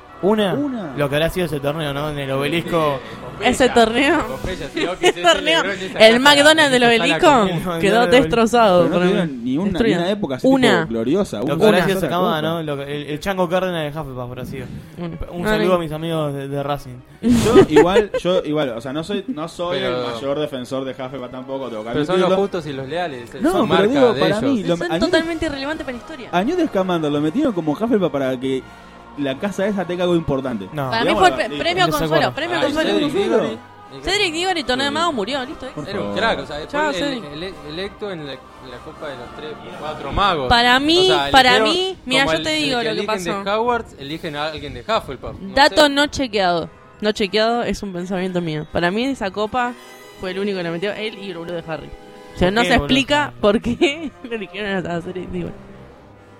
A: ¿Una?
D: Una.
A: Lo que habrá sido ese torneo, ¿no? En el obelisco.
B: Ese torneo.
C: Pompeya, si no, que
B: Ese
C: se
B: torneo.
C: celebró en esa
B: El
C: casa,
B: McDonald's del
C: en esa sala común.
B: obelisco
A: común.
B: quedó
A: No, no, no.
B: destrozado.
D: Pero no
B: por-
D: tuvieron ni una, ni
B: destruido.
D: una época así
B: Una.
D: tipo gloriosa.
A: Lo que
D: Una
A: habrá sido
D: cosa
A: sacaba,
D: cosa.
A: ¿no? Lo que- el, el Chango Cárdenas de Hufflepuff habrá sido.
B: Bueno.
A: Un
B: Ah,
A: saludo a
B: bien.
A: mis amigos de, de Racing.
D: Yo igual, yo igual, o sea, no soy, no soy el
C: Pero-
D: mayor defensor de Hufflepuff tampoco, tengo que
C: Pero son los
D: admitirlo.
C: justos y los leales. son
D: No, pero
C: marca
D: digo,
C: de
D: para
C: ellos.
D: mí- lo-
B: Son
D: a mí- Ah,
B: totalmente irrelevante para la historia.
D: A Newt Scamander lo metieron como Hufflepuff para que la casa esa tenga algo importante.
A: No.
B: Para mí
D: Digamos
B: fue el
D: la-
B: pre-
D: listo.
B: premio
A: En
B: consuelo.
A: desacuerdo.
B: Premio
C: Ay,
B: consuelo.
D: Cedric. Diggory.
B: Cedric Diggory, torneo de mago, murió. Listo, eh.
D: Por
C: Era un
D: favor.
C: crack, o sea, después
B: Chao,
C: el,
B: Cedric.
C: el- electo en la, en la copa de los tres, cuatro magos.
B: Para mí-
C: O sea,
B: para
C: eligieron
B: mí- mira,
C: como
B: yo te
C: el- el
B: digo lo que
C: Eligen de
B: pasó.
C: Hogwarts, eligen a alguien de Hufflepuff. No
B: Dato
C: sé.
B: no chequeado. No chequeado es un pensamiento mío. Para mí esa copa fue el único que la metió él y el boludo de Harry. O sea,
A: ¿Por
B: no
A: qué,
B: se
A: boludo?
B: explica por qué le dijeron a hacer digo.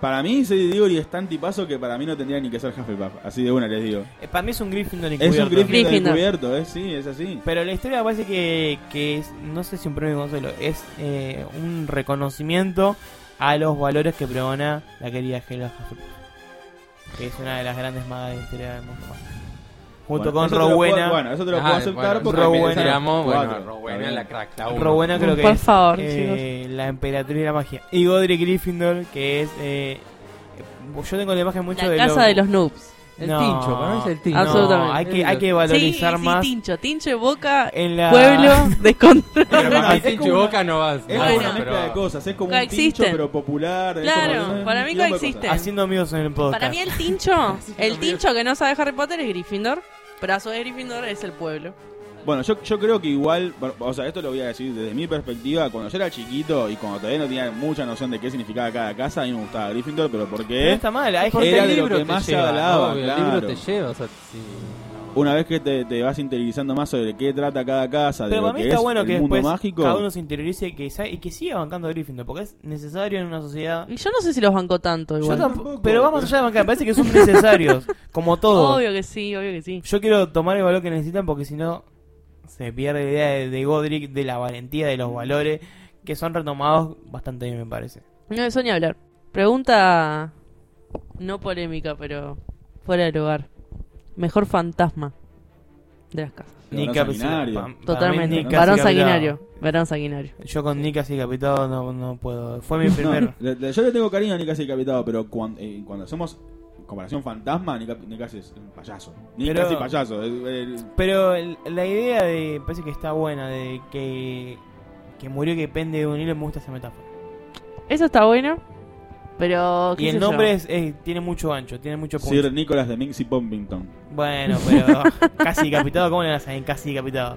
D: Para mí, Cedric Diggory es tan tipazo que para mí no tendría ni que ser Hufflepuff. Así de una les digo.
A: Eh, Para mí es un Gryffindor
D: Es
A: encubierto.
D: un Griffin
B: Gryffindor.
D: descubierto, ¿eh? sí, es así.
A: Pero la historia me parece que, que es, no sé si un premio consuelo, es eh, un reconocimiento a los valores que pregona la querida Helga Hufflepuff. Que es una de las grandes magas de la historia del mundo. Junto
D: Bueno,
A: con
D: eso te lo puedo-
A: Rowena.
D: Bueno, eso te lo
C: Ah,
D: puedo aceptar
C: bueno,
D: porque
A: Rowena.
D: empezaron
C: Tiramos, bueno,
D: cuatro,
C: Rowena
D: está bien.
C: la crack, la uno.
A: Rowena creo que
B: Por
A: es
B: favor,
A: eh, la emperatriz de la magia. Y Godric Gryffindor, que es... eh, yo tengo la imagen mucho
B: La
A: de...
B: casa
A: lo-
B: de los noobs.
C: El
A: No,
C: tincho, para mí es el tincho.
B: absolutamente.
A: No, hay que, hay que valorizar
B: sí, sí,
A: más
B: Tincho, Tincho de Boca,
A: en la...
B: pueblo descontrol.
D: Pero para mí
C: Al
D: es como
C: tincho y
D: una-
C: boca no vas.
D: Es
C: no,
D: como
B: Bueno.
D: una
C: pero-
D: mezcla de cosas, es como un tincho
B: Coexisten.
D: pero popular. es
B: Claro,
D: como-
B: para mí
D: un quilombo de
B: coexisten.
D: cosas.
A: Haciendo amigos en el podcast.
B: Para mí el Tincho, el
C: también.
B: Tincho que no sabe Harry Potter es Gryffindor, pero a su vez Gryffindor es el pueblo.
D: Bueno, yo, yo creo que igual, bueno, o sea, esto lo voy a decir desde mi perspectiva, cuando yo era chiquito y cuando todavía no tenía mucha noción de qué significaba cada casa, a mí me gustaba Gryffindor, pero
A: Pero No
D: porque
A: está mal, hay
D: Porque
A: gente...
D: era de lo que
C: te
D: más se
C: lleva,
D: hablaba,
C: obvio,
D: claro.
C: El libro te lleva, o sea, sí.
D: una vez que te, te vas interiorizando más sobre qué trata cada casa, de
A: Pero
D: lo
A: para mí
D: que
A: está
D: es
A: bueno
D: el
A: que
D: mundo
A: después
D: mágico,
A: cada uno se interiorice y que, sa- y que siga bancando a Gryffindor, porque es necesario en una sociedad.
B: Y yo no sé si los banco tanto
A: Yo
B: igual.
A: tampoco-
D: tampoco,
A: pero vamos
D: pero-
A: allá de bancar, parece que son necesarios, como todo.
B: obvio que sí, obvio que sí.
A: Yo quiero tomar el valor que necesitan porque si no se pierde la idea de, de Godric, de la valentía, de los valores, que son retomados bastante bien me parece.
B: No, eso ni hablar. Pregunta no polémica, pero fuera del lugar. Mejor fantasma de las casas.
D: Varón
A: Cap-
D: sanguinario.
A: pa- para mí
B: Totalmente.
A: Nick
B: Varón
A: Capitado.
B: sanguinario. Varón sanguinario.
A: Yo con Nick así capitado no, no puedo. Fue mi
D: No,
A: primero.
D: le- le- yo le tengo cariño a Nick Casi Capitado, pero cuando, eh, cuando hacemos comparación fantasma, Nick, Nick Casi es un payaso. Nick
A: Pero-
D: Casi payaso. es- es-
A: Pero el- la idea de. Parece que está buena, de que. Que murió que pende de un hilo, me gusta esa metáfora.
B: Eso está bueno. Pero. ¿qué
A: Y el
B: sé yo?
A: nombre es, es- tiene mucho ancho, tiene mucho punch.
D: Sir Nicholas de Minxie Pompington.
A: Bueno, pero casi decapitado, ¿cómo le vas a ir casi decapitado?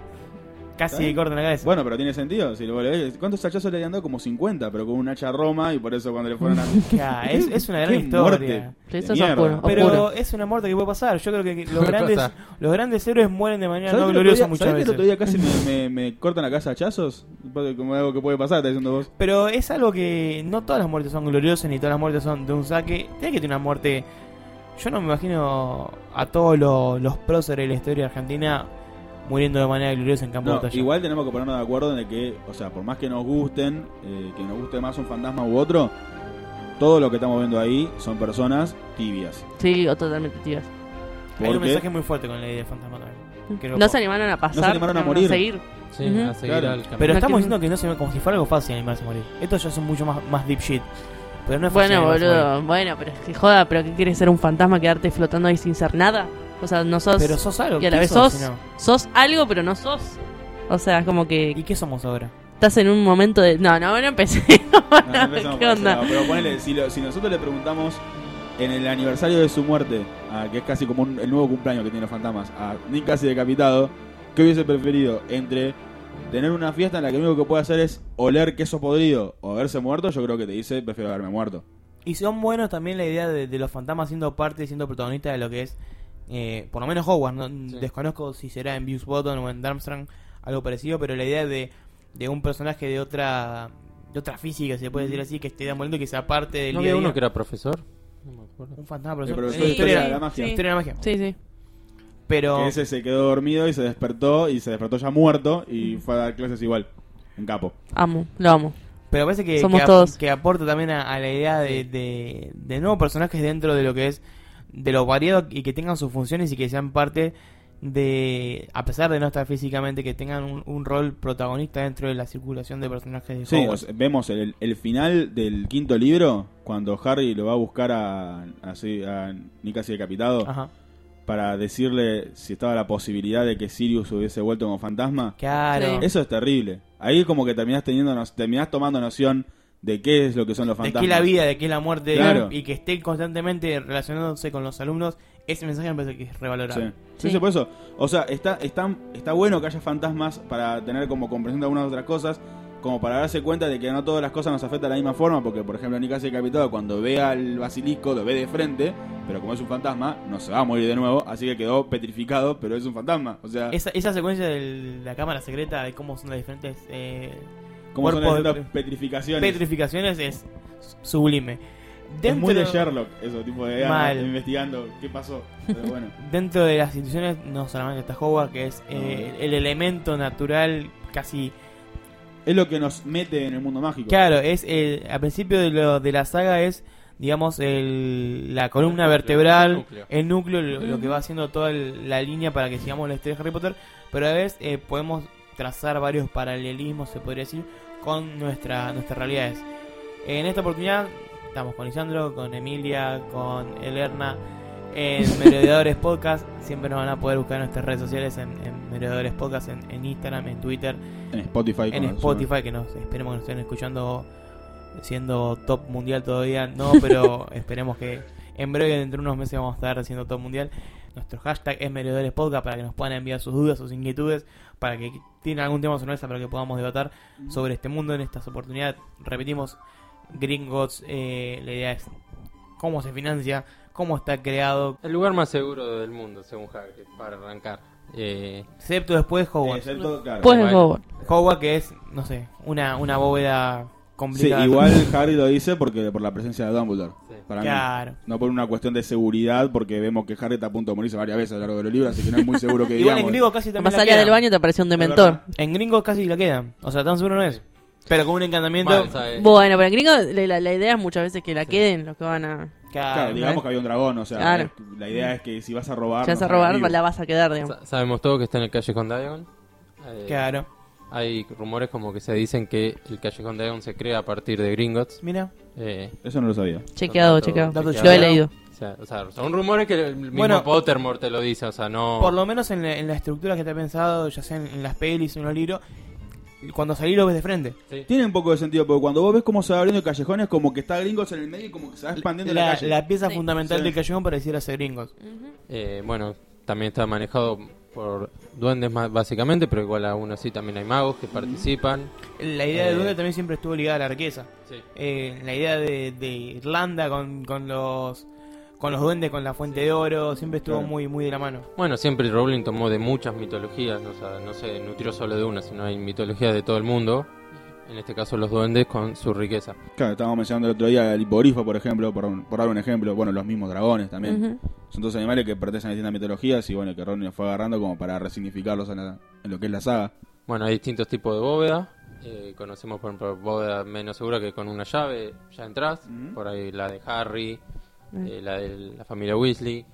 A: Casi
D: ¿Está bien?
A: le cortan la cabeza.
D: Bueno, pero tiene sentido. Si lo ves, ¿Cuántos hachazos le habían dado? Como 50, pero con un hacha a Roma y por eso cuando le fueron a.
A: Ya, Ah, es, es una gran
D: ¡Qué
A: historia.
D: muerte!
B: Pero eso
D: de
B: es
D: mierda.
B: oscuro.
A: Pero
B: Oscuro.
A: es una muerte que puede pasar. Yo creo que los
C: Puede
A: grandes,
C: pasar.
A: los grandes héroes mueren de manera
D: ¿Sabés
A: eh, no
D: que el otro
A: gloriosa
D: día-
A: muchas
D: ¿sabés que
A: veces.
D: el otro día casi me, me- me cortan la casa a hachazos? Como algo que puede pasar, está diciendo vos.
A: Pero es algo que no todas las muertes son gloriosas ni todas las muertes son de un saque. Tiene que tener una muerte. Yo no me imagino a todos los, los próceres de la historia argentina muriendo de manera gloriosa en campo
D: No,
A: de batalla.
D: igual tenemos que ponernos de acuerdo en el que, o sea, por más que nos gusten, eh, que nos guste más un fantasma u otro, todo lo que estamos viendo ahí son personas tibias.
B: Sí, o totalmente, tío.
A: Hay un
D: Porque-
A: mensaje muy fuerte con la idea de fantasma también. Que
B: Mm. No
A: loco.
B: se animaron a pasar.
D: animaron a morir.
B: seguir.
C: Sí,
B: Ujú.
C: a seguir
D: Claro.
C: al camino.
A: Pero
B: No
A: estamos
B: quiero-
A: diciendo que no se ve como si fuera algo fácil animarse a morir. Esto ya es mucho más, más deep shit. Pero no es fácil
B: Bueno,
A: animarse a morir.
B: boludo. Bueno, pero es que joda. ¿Pero qué quieres ser un fantasma? Quedarte flotando ahí sin ser nada. O sea, no sos.
A: Pero sos algo.
B: y a la
A: ¿qué
B: vez
A: sos,
B: sos-
A: si no?
B: Sos algo, pero no sos. O sea, es como
A: ¿Y
B: que
A: qué somos ahora?
B: estás en un momento de. No, no, no empecé.
D: Ah, empezamos
B: ¿Qué
D: por ese
B: onda?
D: lado. Pero ponele, si, lo- si nosotros le preguntamos en el aniversario de su muerte, ah, que es casi como un- el nuevo cumpleaños que tienen los fantasmas, a Nick casi decapitado, ¿qué hubiese preferido entre tener una fiesta en la que lo único que puede hacer es oler queso podrido o haberse muerto? Yo creo que te dice, prefiero haberme muerto.
A: Y son buenos también la idea de, de los fantasmas siendo parte, siendo protagonista de lo que es, eh, por lo menos Hogwarts. ¿no?
C: Sí.
A: Desconozco si será en Views Button o en Darmstrang, algo parecido, pero la idea de, de un personaje de otra de otra física, se puede decir así, que esté deambulando y que sea parte del
C: ¿No
A: día a
C: había uno
A: día.
C: que era profesor? No me acuerdo.
A: Un fantasma,
D: El
A: profesor. Eh,
D: profesor de
B: Sí,
A: historia,
D: historia
A: de
D: de
A: la
D: la magia.
B: sí.
A: historia de la magia.
B: Sí, sí.
A: Pero
D: Que ese se quedó dormido y se despertó y se despertó ya muerto
A: Mm.
D: y fue a dar clases igual. Un capo.
B: Amo, lo amo.
A: Pero parece que,
B: Somos
A: que, ap-
B: todos.
A: que aporta también a, a la idea de, de, de nuevos personajes dentro de lo que es, de lo variado y que tengan sus funciones y que sean parte de, a pesar de no estar físicamente, que tengan un, un rol protagonista dentro de la circulación de personajes de
D: Sí, o
A: Hogwarts.
D: sea, vemos el, el final del quinto libro, cuando Harry lo va a buscar a, así a Nick así decapitado,
A: Ajá.
D: para decirle si estaba la posibilidad de que Sirius hubiese vuelto como fantasma.
A: Claro.
B: Sí.
D: Eso es terrible. Ahí como que terminás, teniendo, no- terminás tomando noción de qué es lo que son los
A: De
D: fantasmas.
A: qué la vida, de qué la muerte
D: Claro.
A: y que esté constantemente relacionándose con los alumnos, ese mensaje me parece que es
D: Sí.
A: revalorable.
D: Sí,
B: Sí.
D: sí, por eso. O sea, está, está, está bueno que haya fantasmas para tener como comprensión de algunas otras cosas, como para darse cuenta de que no todas las cosas nos afectan de la misma forma, porque por ejemplo Nick hace decapitado cuando ve al basilisco, lo ve de frente, pero como es un fantasma, no se va a morir de nuevo, así que quedó petrificado, pero es un fantasma. O sea,
A: Esa, esa secuencia de la cámara secreta, de cómo son las diferentes eh,
D: como son las
A: cuerpo de-
D: distintas petrificaciones.
A: petrificaciones es sublime.
D: es muy de
A: Dentro-
D: Sherlock, eso, tipo de ah,
A: Mal.
D: investigando qué pasó. Pero bueno.
A: dentro de las instituciones no solamente está Hogwarts, que es eh, el elemento natural casi...
D: es lo que nos mete en el mundo mágico.
A: Claro, es el, al principio de, lo, de la saga es, digamos, el, la columna
C: núcleo,
A: vertebral,
C: el núcleo.
A: el núcleo, lo, lo que va haciendo toda el- la línea para que sigamos la historia de Harry Potter, pero a la vez eh, podemos trazar varios paralelismos, se podría decir, con nuestra, nuestras realidades. En esta oportunidad estamos con Lisandro, con Emilia, con Elerna. En Merodeadores Podcast, siempre nos van a poder buscar en nuestras redes sociales, en, en Merodeadores Podcast, en, en Instagram, en Twitter,
D: En Spotify.
A: en
D: como lo
A: Spotify, que nos esperemos que nos estén escuchando siendo top mundial todavía, no, pero esperemos que en breve, dentro de unos meses, vamos a estar siendo top mundial. Nuestro hashtag es Meredores Podcast para que nos puedan enviar sus dudas, sus inquietudes, para que tienen algún tema sobre mesa para que podamos debatir sobre este mundo en estas oportunidades. Repetimos, Gringotts, eh, la idea es cómo se financia, cómo está creado,
C: El lugar más seguro del mundo, según Hagrid, para arrancar. Eh,
A: excepto después
D: suman.
A: Hogwarts.
D: Excepto, claro.
B: Pues
C: Bueno.
B: Hogwarts.
A: Hogwarts que es, no sé, una, una bóveda
D: Sí,
A: complicada.
D: igual Harry lo dice porque por la presencia de Dumbledore.
C: Sí.
D: Para mí.
A: Claro.
D: No por una cuestión de seguridad, porque vemos que Harry está a punto de morirse varias veces a lo largo de los libros, así que no es muy seguro que
A: Igual
D: digamos.
A: en gringo casi también
B: Vas
A: la
B: a salir
A: quedan.
B: del baño y te apareció un dementor.
A: En gringo casi la quedan. O sea, tan seguro no es. Pero con un encantamiento.
C: mal, ¿sabes?
B: Bueno, pero en gringo la, la- la idea es muchas veces que la
C: Sí.
B: queden los que van a.
A: Claro, ¿eh?
D: Claro, digamos que había un dragón, o sea,
B: Claro.
D: es- la idea es que si vas a robar...
B: Si vas a
D: no
B: robar,
D: vivos.
B: la vas a quedar, digamos.
C: Sa- Sabemos todo que está en el Callejón Diagon. Eh,
A: Claro.
C: Hay rumores como que se dicen que el Callejón Diagon se crea a partir de Gringotts.
A: Mira.
C: Eh,
D: Eso no lo sabía.
B: Chequeado,
C: Dato-
B: chequeado.
A: dato
B: Lo he
A: chequeado.
B: leído.
C: o, sea, o sea, son rumores que el mismo
A: Bueno.
C: Pottermore te lo
D: Oh.
C: dice, o sea, no...
A: Por lo menos en la, en la estructura que te ha pensado, ya sea en, en las pelis o en los libros, cuando salí lo ves de frente.
D: Tiene un poco de sentido, porque cuando vos ves cómo se va abriendo el callejón es como que está gringos en el medio y como que se va expandiendo la,
A: La,
D: calle.
A: la pieza
B: Sí.
A: fundamental
D: Sí.
A: del callejón pareciera ser gringos.
C: Eh, bueno, también está manejado por duendes ma- básicamente, pero igual aún así también hay magos que participan.
A: La idea de
C: Eh.
A: Duende también siempre estuvo ligada a la riqueza. Eh, la idea de, de Irlanda con, con los con los duendes, con la fuente de oro, siempre estuvo
D: Claro.
A: muy muy de la mano.
C: Bueno, siempre Rowling tomó de muchas mitologías, no, O sea, no se nutrió solo de una, sino hay mitologías de todo el mundo. En este caso los duendes con su riqueza.
D: Claro, estábamos mencionando el otro día el hiporifo, por ejemplo, por, un- por dar un ejemplo. Bueno, los mismos dragones también.
B: Ujú.
D: Son todos animales que pertenecen a distintas mitologías y bueno, que Ron fue agarrando como para resignificarlos en, la- en lo que es la saga.
C: Bueno, hay distintos tipos de bóveda. Eh, conocemos, por ejemplo, bóveda menos segura que con una llave ya entras.
D: Ujú.
C: Por ahí la de Harry, eh, la de la familia Weasley.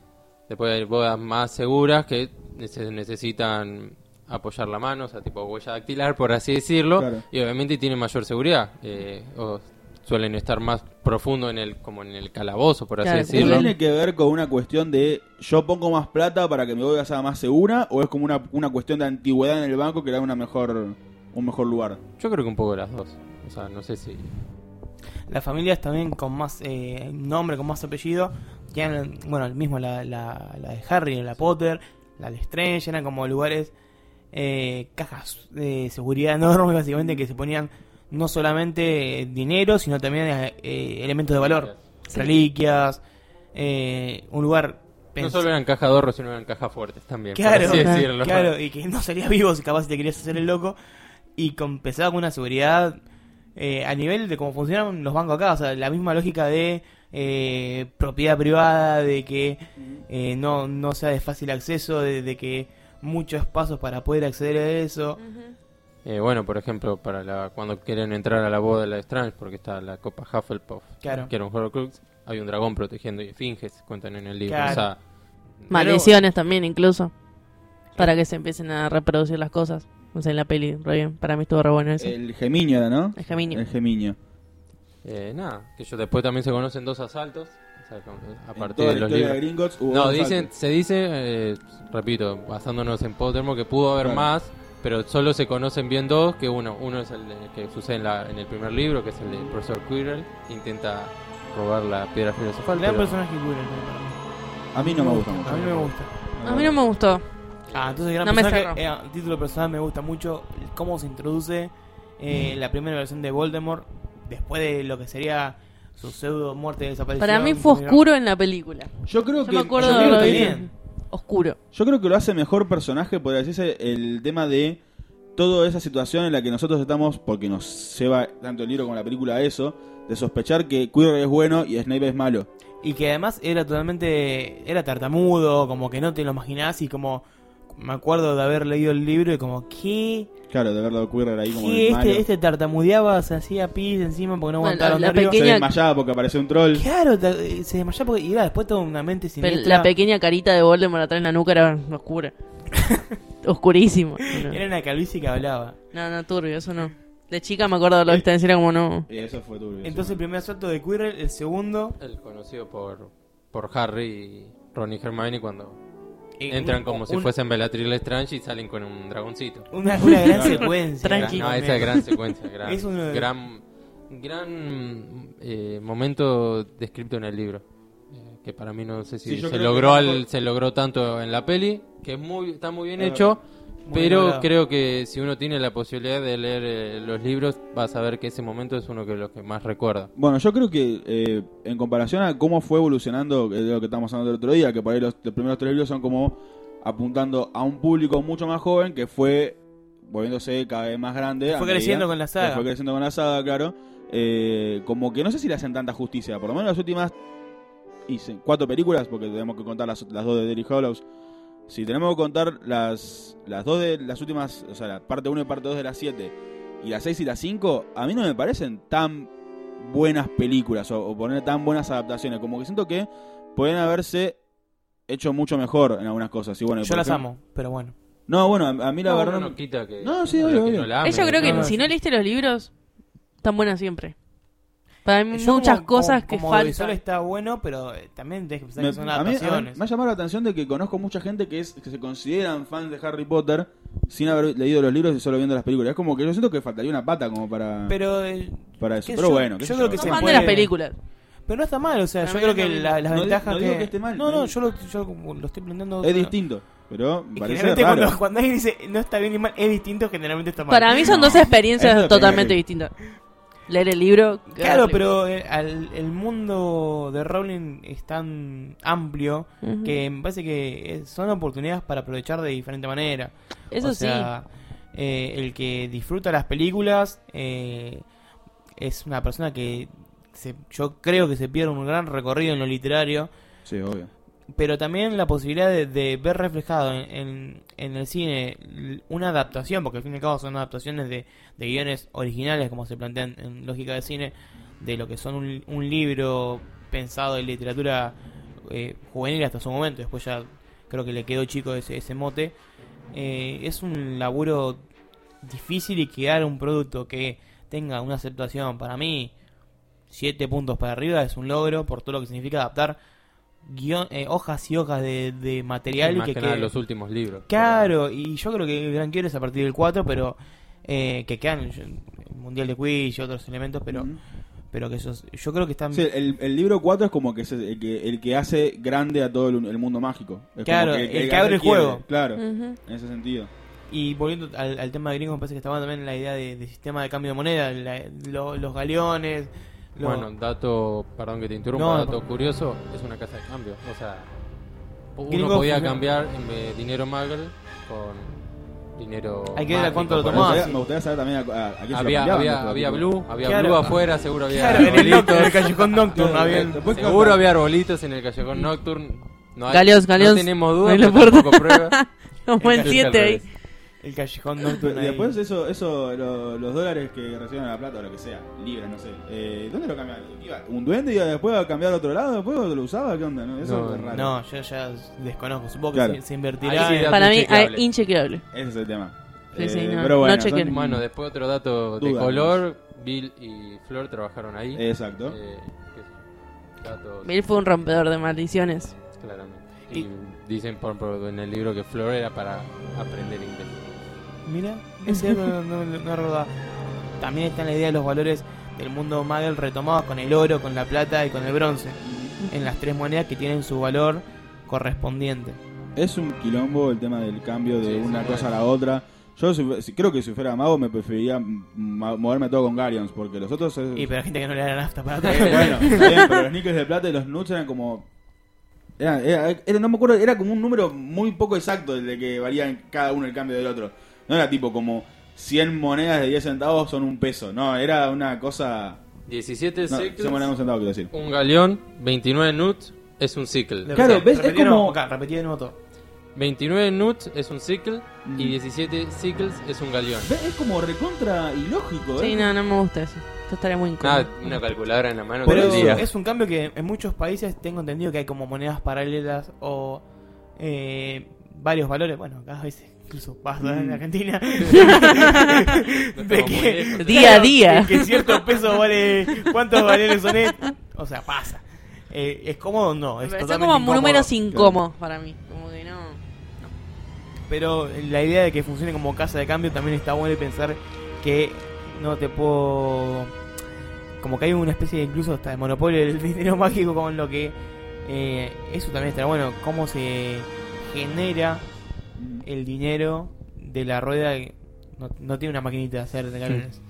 C: Después hay bóvedas más seguras que se necesitan apoyar la mano, o sea, tipo huella dactilar, por así decirlo.
D: Claro.
C: Y obviamente tienen mayor seguridad. eh, o suelen estar más profundo en el, como en el calabozo, por así
B: Claro, Sí,
C: decirlo.
B: Ron.
D: ¿Tiene que ver con una cuestión de yo pongo más plata para que mi bóveda sea más segura o es como una, una cuestión de antigüedad en el banco que le da una mejor, un mejor lugar?
C: Yo creo que un poco las dos. O sea, no sé si...
A: Las familias también con más eh, nombre, con más apellido, eran, bueno, el mismo la, la, la de Harry, la Potter, la de Strange, eran como lugares, eh, cajas de seguridad enormes básicamente que se ponían no solamente eh, dinero, sino también eh, eh, elementos de valor, reliquias, eh, un lugar...
C: No
A: pens-
C: solo eran caja de ahorro, sino eran caja fuertes también,
A: Claro,
C: por así
B: claro,
C: decirlo.
A: Claro, y que no salías vivo si capaz te querías hacer el loco. Y compensaba con una seguridad eh, a nivel de cómo funcionan los bancos acá. O sea, la misma lógica de eh, propiedad privada, de que eh, no, no sea de fácil acceso, de, de que muchos pasos para poder acceder a eso.
C: Eh, bueno, por ejemplo, para la, cuando quieren entrar a la boda de la Strange, porque está la copa Hufflepuff,
A: Claro.
C: que era un Horcrux, hay un dragón protegiendo y esfinges, cuentan en el libro.
A: Claro.
C: O sea,
B: Maldiciones también, incluso. Para que se empiecen a reproducir las cosas. No sé, en la peli, re bien. Para mí estuvo re bueno eso.
D: El gemiño era, ¿no?
B: El Gemini.
D: El gemiño.
C: eh, nada, que yo después también se conocen dos asaltos, o sea, con- a
D: En
C: partir
D: toda
C: de los
D: Este, la historia de
C: libros.
D: Gringotts hubo
C: No,
D: dos
C: dicen,
D: saltos.
C: se dice, eh, repito, basándonos en Pottermore, que pudo haber
D: Claro.
C: más, pero solo se conocen bien dos, que uno uno es el de- que sucede en, la- en el primer libro, que es el del profesor Quirrell, que intenta robar la piedra filosofal.
A: Gran
C: pero-
A: personaje Quirrell, ¿no?
D: A mí no me gusta mucho.
A: A mí me gusta.
B: A mí no me gustó.
A: Ah, entonces gran
B: No me
A: personaje, eh, a título personal me gusta mucho el cómo se introduce
B: Mm.
A: eh, la primera versión de Voldemort después de lo que sería su pseudo muerte desaparición.
B: Para mí fue oscuro en la película.
D: Yo creo
B: Yo
D: que.
B: me acuerdo
D: yo
A: de
D: creo
A: lo
D: que
A: que
D: tiene-
A: vi.
B: Oscuro.
D: Yo creo que lo hace mejor personaje, podría decirse, el tema de toda esa situación en la que nosotros estamos, porque nos lleva tanto el libro como la película a eso, de sospechar que Quirrell es bueno y Snape es malo.
A: Y que además era totalmente era tartamudo, como que no te lo imaginás y como me acuerdo de haber leído el libro y como qué,
D: Claro, de verlo a Quirrell ahí como
A: ¿Qué?
D: el malo.
A: este este tartamudeaba, se hacía pis encima porque no
B: Bueno,
A: aguantaba
B: la
A: los nervios.
D: Se
B: pequeña-
D: desmayaba porque apareció un troll.
A: Claro, te- se desmayaba porque y era después toda una mente
B: Pero
A: siniestra.
B: la pequeña carita de Voldemort atrás en la nuca era oscura. Oscurísimo.
A: Era una calvicie que hablaba.
B: No, no, turbio, eso no. De chica me acuerdo de
A: Eh,
B: lo vista era como no.
D: Y eso fue turbio.
A: Entonces el primer asalto de Quirrell, el segundo
C: El conocido por, por Harry y Ron y Hermione cuando
A: eh,
C: entran
A: un-
C: como si
A: un-
C: fuesen Bellatrix Lestrange y salen con un dragoncito.
A: Una, una gran
D: Claro.
A: secuencia.
B: Tranqui.
C: No, esa es gran secuencia, gran,
A: Es uno de-
C: gran, gran, eh, momento descrito en el libro. eh, Que para mí no sé si
D: Sí, yo
C: se
D: creo que
C: logró
D: es
C: al-
D: mejor.
C: se logró tanto en la peli, que es muy, está muy bien
D: Es
C: hecho,
A: Muy
C: pero
A: logrado.
C: creo que si uno tiene la posibilidad de leer eh, los libros, vas a ver que ese momento es uno que los que más recuerda.
D: Bueno, yo creo que eh, en comparación a cómo fue evolucionando eh, de lo que estábamos hablando el otro día, que por ahí los, los primeros tres libros son como apuntando a un público mucho más joven que fue volviéndose cada vez más grande.
A: Que
D: a
A: Fue
D: medida
A: creciendo con la
D: que
A: saga.
D: Fue creciendo con la saga, claro. Eh, como que no sé si le hacen tanta justicia, por lo menos las últimas hice cuatro películas, porque tenemos que contar las, las dos de Daily Hollows. Si tenemos que contar las, las dos de las últimas, o sea, la parte 1 y parte 2 de las 7, y las 6 y las 5, a mí no me parecen tan buenas películas o, o poner tan buenas adaptaciones. Como que siento que pueden haberse hecho mucho mejor en algunas cosas. Y bueno,
A: Yo
D: por
A: las
D: ejemplo-
A: amo, pero bueno.
D: No, bueno, a, a mí la
C: No,
D: verdad.
C: uno no quita que-
D: No, sí,
C: a los
D: obvio,
C: que
D: obvio.
C: no la
A: ah,
B: Eh,
C: amen,
B: Yo creo que
A: no, no.
B: si no leíste los libros, están buenas siempre. Para mí
A: Yo
B: Mm, muchas
A: como-
B: cosas
A: como-
B: que
A: como
B: faltan.
A: visual está bueno, pero eh, también tenés que pensar
D: Me-
A: que son
D: a mí- a mí
A: adaptaciones.
D: me ha llamado la atención de que conozco mucha gente que es que se consideran fans de Harry Potter, sin haber leído los libros y solo viendo las películas. Es como que yo siento que faltaría una pata como para,
A: Pero, eh,
D: para eso.
A: que
D: Pero
A: yo-
D: bueno, qué
A: yo
D: sé
A: creo que
B: Sos
A: se
B: fan
A: puede-
B: de las películas.
A: pero no está mal, o sea,
B: Para
A: yo
B: mí
A: creo
B: no
A: que
B: me-
A: la- las
D: no di-
A: ventajas
D: no
A: que...
D: digo que esté mal,
A: no,
D: no
A: no,
D: digo-
A: yo lo, yo como lo estoy planteando...
D: Es distinto, pero
A: Y
D: parece
A: generalmente cuando,
D: raro.
A: cuando alguien dice no está bien ni mal, es distinto, generalmente está mal.
B: Para mí son dos experiencias
D: Eso es
B: totalmente
D: peor.
B: distintas. Leer el libro. que
A: Claro,
B: la película.
A: pero eh, al- el mundo de Rowling es tan amplio
B: Ujú.
A: que me parece que eh, son oportunidades para aprovechar de diferente manera.
B: Eso
A: o sea, eh, el que disfruta las películas eh, es una persona que se- yo creo que se pierde un gran recorrido en lo literario,
D: Sí, obvio.
A: pero también la posibilidad de, de ver reflejado en, en- en el cine l- una adaptación, porque al fin y al cabo son adaptaciones de, de guiones originales, como se plantean en lógica de cine, de lo que son un, un libro pensado en literatura eh, juvenil hasta su momento, después ya creo que le quedó chico ese, ese mote. Eh, es un laburo difícil y crear un producto que tenga una aceptación para mí. Siete puntos para arriba es un logro por todo lo que significa adaptar guion- eh, hojas y hojas de, de material
C: Más
A: que,
C: que, nada
A: que-
C: los últimos libros.
A: Claro, y yo creo que el gran quiero es a partir del 4, pero eh, que quedan yo- el Mundial de Quiz y otros elementos, pero
D: Ujú.
A: pero que esos, yo creo que están...
D: Sí, el, el libro 4 es como que es el que, el que hace grande a todo el, el mundo mágico. Es como
A: Claro,
D: que
A: el que abre el
D: quiere,
A: juego.
D: Claro,
B: Ujú.
D: en ese sentido.
A: Y volviendo al, al tema de gringos, me parece que estaba también la idea de, de sistema de cambio de moneda, la- lo- los galeones... lo-
C: Bueno, dato, perdón que te interrumpa,
A: No,
C: dato
A: por-
C: curioso, es una casa de cambio. O sea, uno
A: Gringo
C: podía
A: funciona-
C: cambiar en vez de dinero Muggle con dinero.
A: Hay que ver a
C: mágico,
A: cuánto lo
C: por
D: Me
A: tomás.
C: ahí.
D: gustaría,
A: sí.
D: me gustaría saber también a, a- a qué se lo
C: Había,
D: cambiaban,
C: había,
D: ¿no?
C: había
D: Tipo,
C: Blue, había
A: Claro.
C: Blue afuera, seguro había
A: Claro, en el,
C: arbolitos.
A: Nocturne, en el callejón Nocturne había-
D: Claro, después que-
C: Seguro había arbolitos en el callejón
A: Mm.
C: Nocturne. No hay-
B: Galeos,
C: No
B: galeos.
C: tenemos
B: No
C: dudas,
B: hay
C: pero
B: la puerta.
C: tampoco prueba.
B: Como
A: el
B: el 7 ahí.
A: el callejón
D: Pero
A: Nocturne. ahí.
D: después eso, eso lo- los dólares que reciben a la plata o lo que sea, libras, no sé. Eh, ¿Dónde lo cambiaban? Iba ¿Un duende iba después a cambiar a otro lado? ¿Después lo usaba? ¿Qué onda? No, eso
C: No,
D: es raro.
A: No, yo ya desconozco, supongo que
D: Claro.
A: se, se invertirá
C: Ahí sí
A: en-
C: da-
B: Para mí, ah,
C: inchequeable.
B: inchequeable.
D: Ese es el tema. Eh,
B: Sí, sí, no-
D: pero bueno,
B: no
D: son-
B: chequen.
C: Bueno, después otro dato de
D: Dudas.
C: color, Bill y Flor trabajaron ahí.
D: Exacto.
C: Eh, qué sé yo, datos,
B: Bill fue un rompedor de maldiciones.
C: claramente.
A: Y-
C: Y, dicen por, por- en el libro que Flor era para aprender inglés.
A: Mira, ese no, no, no- no rodaba. También está en la idea de los valores del mundo Magel retomados con el oro, con la plata y con el bronce. En las tres monedas que tienen su valor correspondiente.
D: Es un quilombo el tema del cambio de
C: Sí, sí,
D: una
C: no
D: cosa a
C: es.
D: la otra. Yo si fu- si- creo que si fuera mago me preferiría m- ma- moverme todo con Garions, porque los otros... es-
A: Y para la gente que no le da la nafta para atrás.
D: Eh, bueno, está bien, pero los níqueles de plata y los nuts eran como... Era, era- era- no me acuerdo, era como un número muy poco exacto el de que valían cada uno el cambio del otro. No era tipo como 100 monedas de 10 centavos son un peso. No, era una cosa...
C: 17
D: No, 100 monedas de un centavo, quiero decir.
C: un galeón, 29 nuts es un
A: Le-
C: sickle.
D: Claro, ves, es
A: repetí de nuevo,
D: como-
A: acá, repetí de nuevo todo.
C: 29 nuts es un sickle
D: Mm.
C: y 17 sickles es un galeón.
D: Ve, Es como recontra ilógico, ¿eh?
B: Sí, no, no me gusta eso. Yo estaría muy incómodo.
A: Ah,
C: Nada, Ah, una calculadora en la mano
A: Pero
C: todo el día.
A: es un cambio que en muchos países tengo entendido que hay como monedas paralelas o eh, varios valores. Bueno, acá a veces incluso pasa en
D: Mm.
A: Argentina.
C: No
A: de
C: estamos muy
A: que-
C: lejos.
B: Día a día.
A: Que, que cierto peso vale. ¿Cuántos valores son? es- O sea, pasa. Eh, ¿Es cómodo? No. Es
B: Pero son
A: totalmente
B: como
A: incómodo.
B: números incómodos para mí. Como que no.
A: Pero la idea de que funcione como casa de cambio también está bueno y pensar que no te puedo. Como que hay una especie de incluso hasta de monopolio del dinero mágico con lo que. eh, eso también está bueno. Cómo se genera el dinero de la rueda. que No, no tiene una maquinita de hacer de camiones.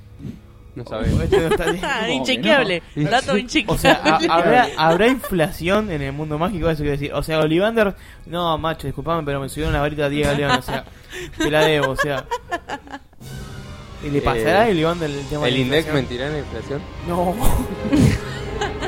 C: No sabemos.
A: Esto no está-
B: Ah,
D: que
B: inchequeable. Dato
A: O sea,
B: inchequeable.
A: ha- ¿habrá, habrá inflación en el mundo mágico? Eso quiero decir. O sea, Olivander, no, macho, disculpame, pero me subieron la varita a 10 galeones. O sea, te la debo, o sea. ¿Y le pasará
C: Eh,
A: a Olivander el tema de
C: ¿El
A: la
C: index
A: inflación?
C: mentirá en la inflación?
A: No.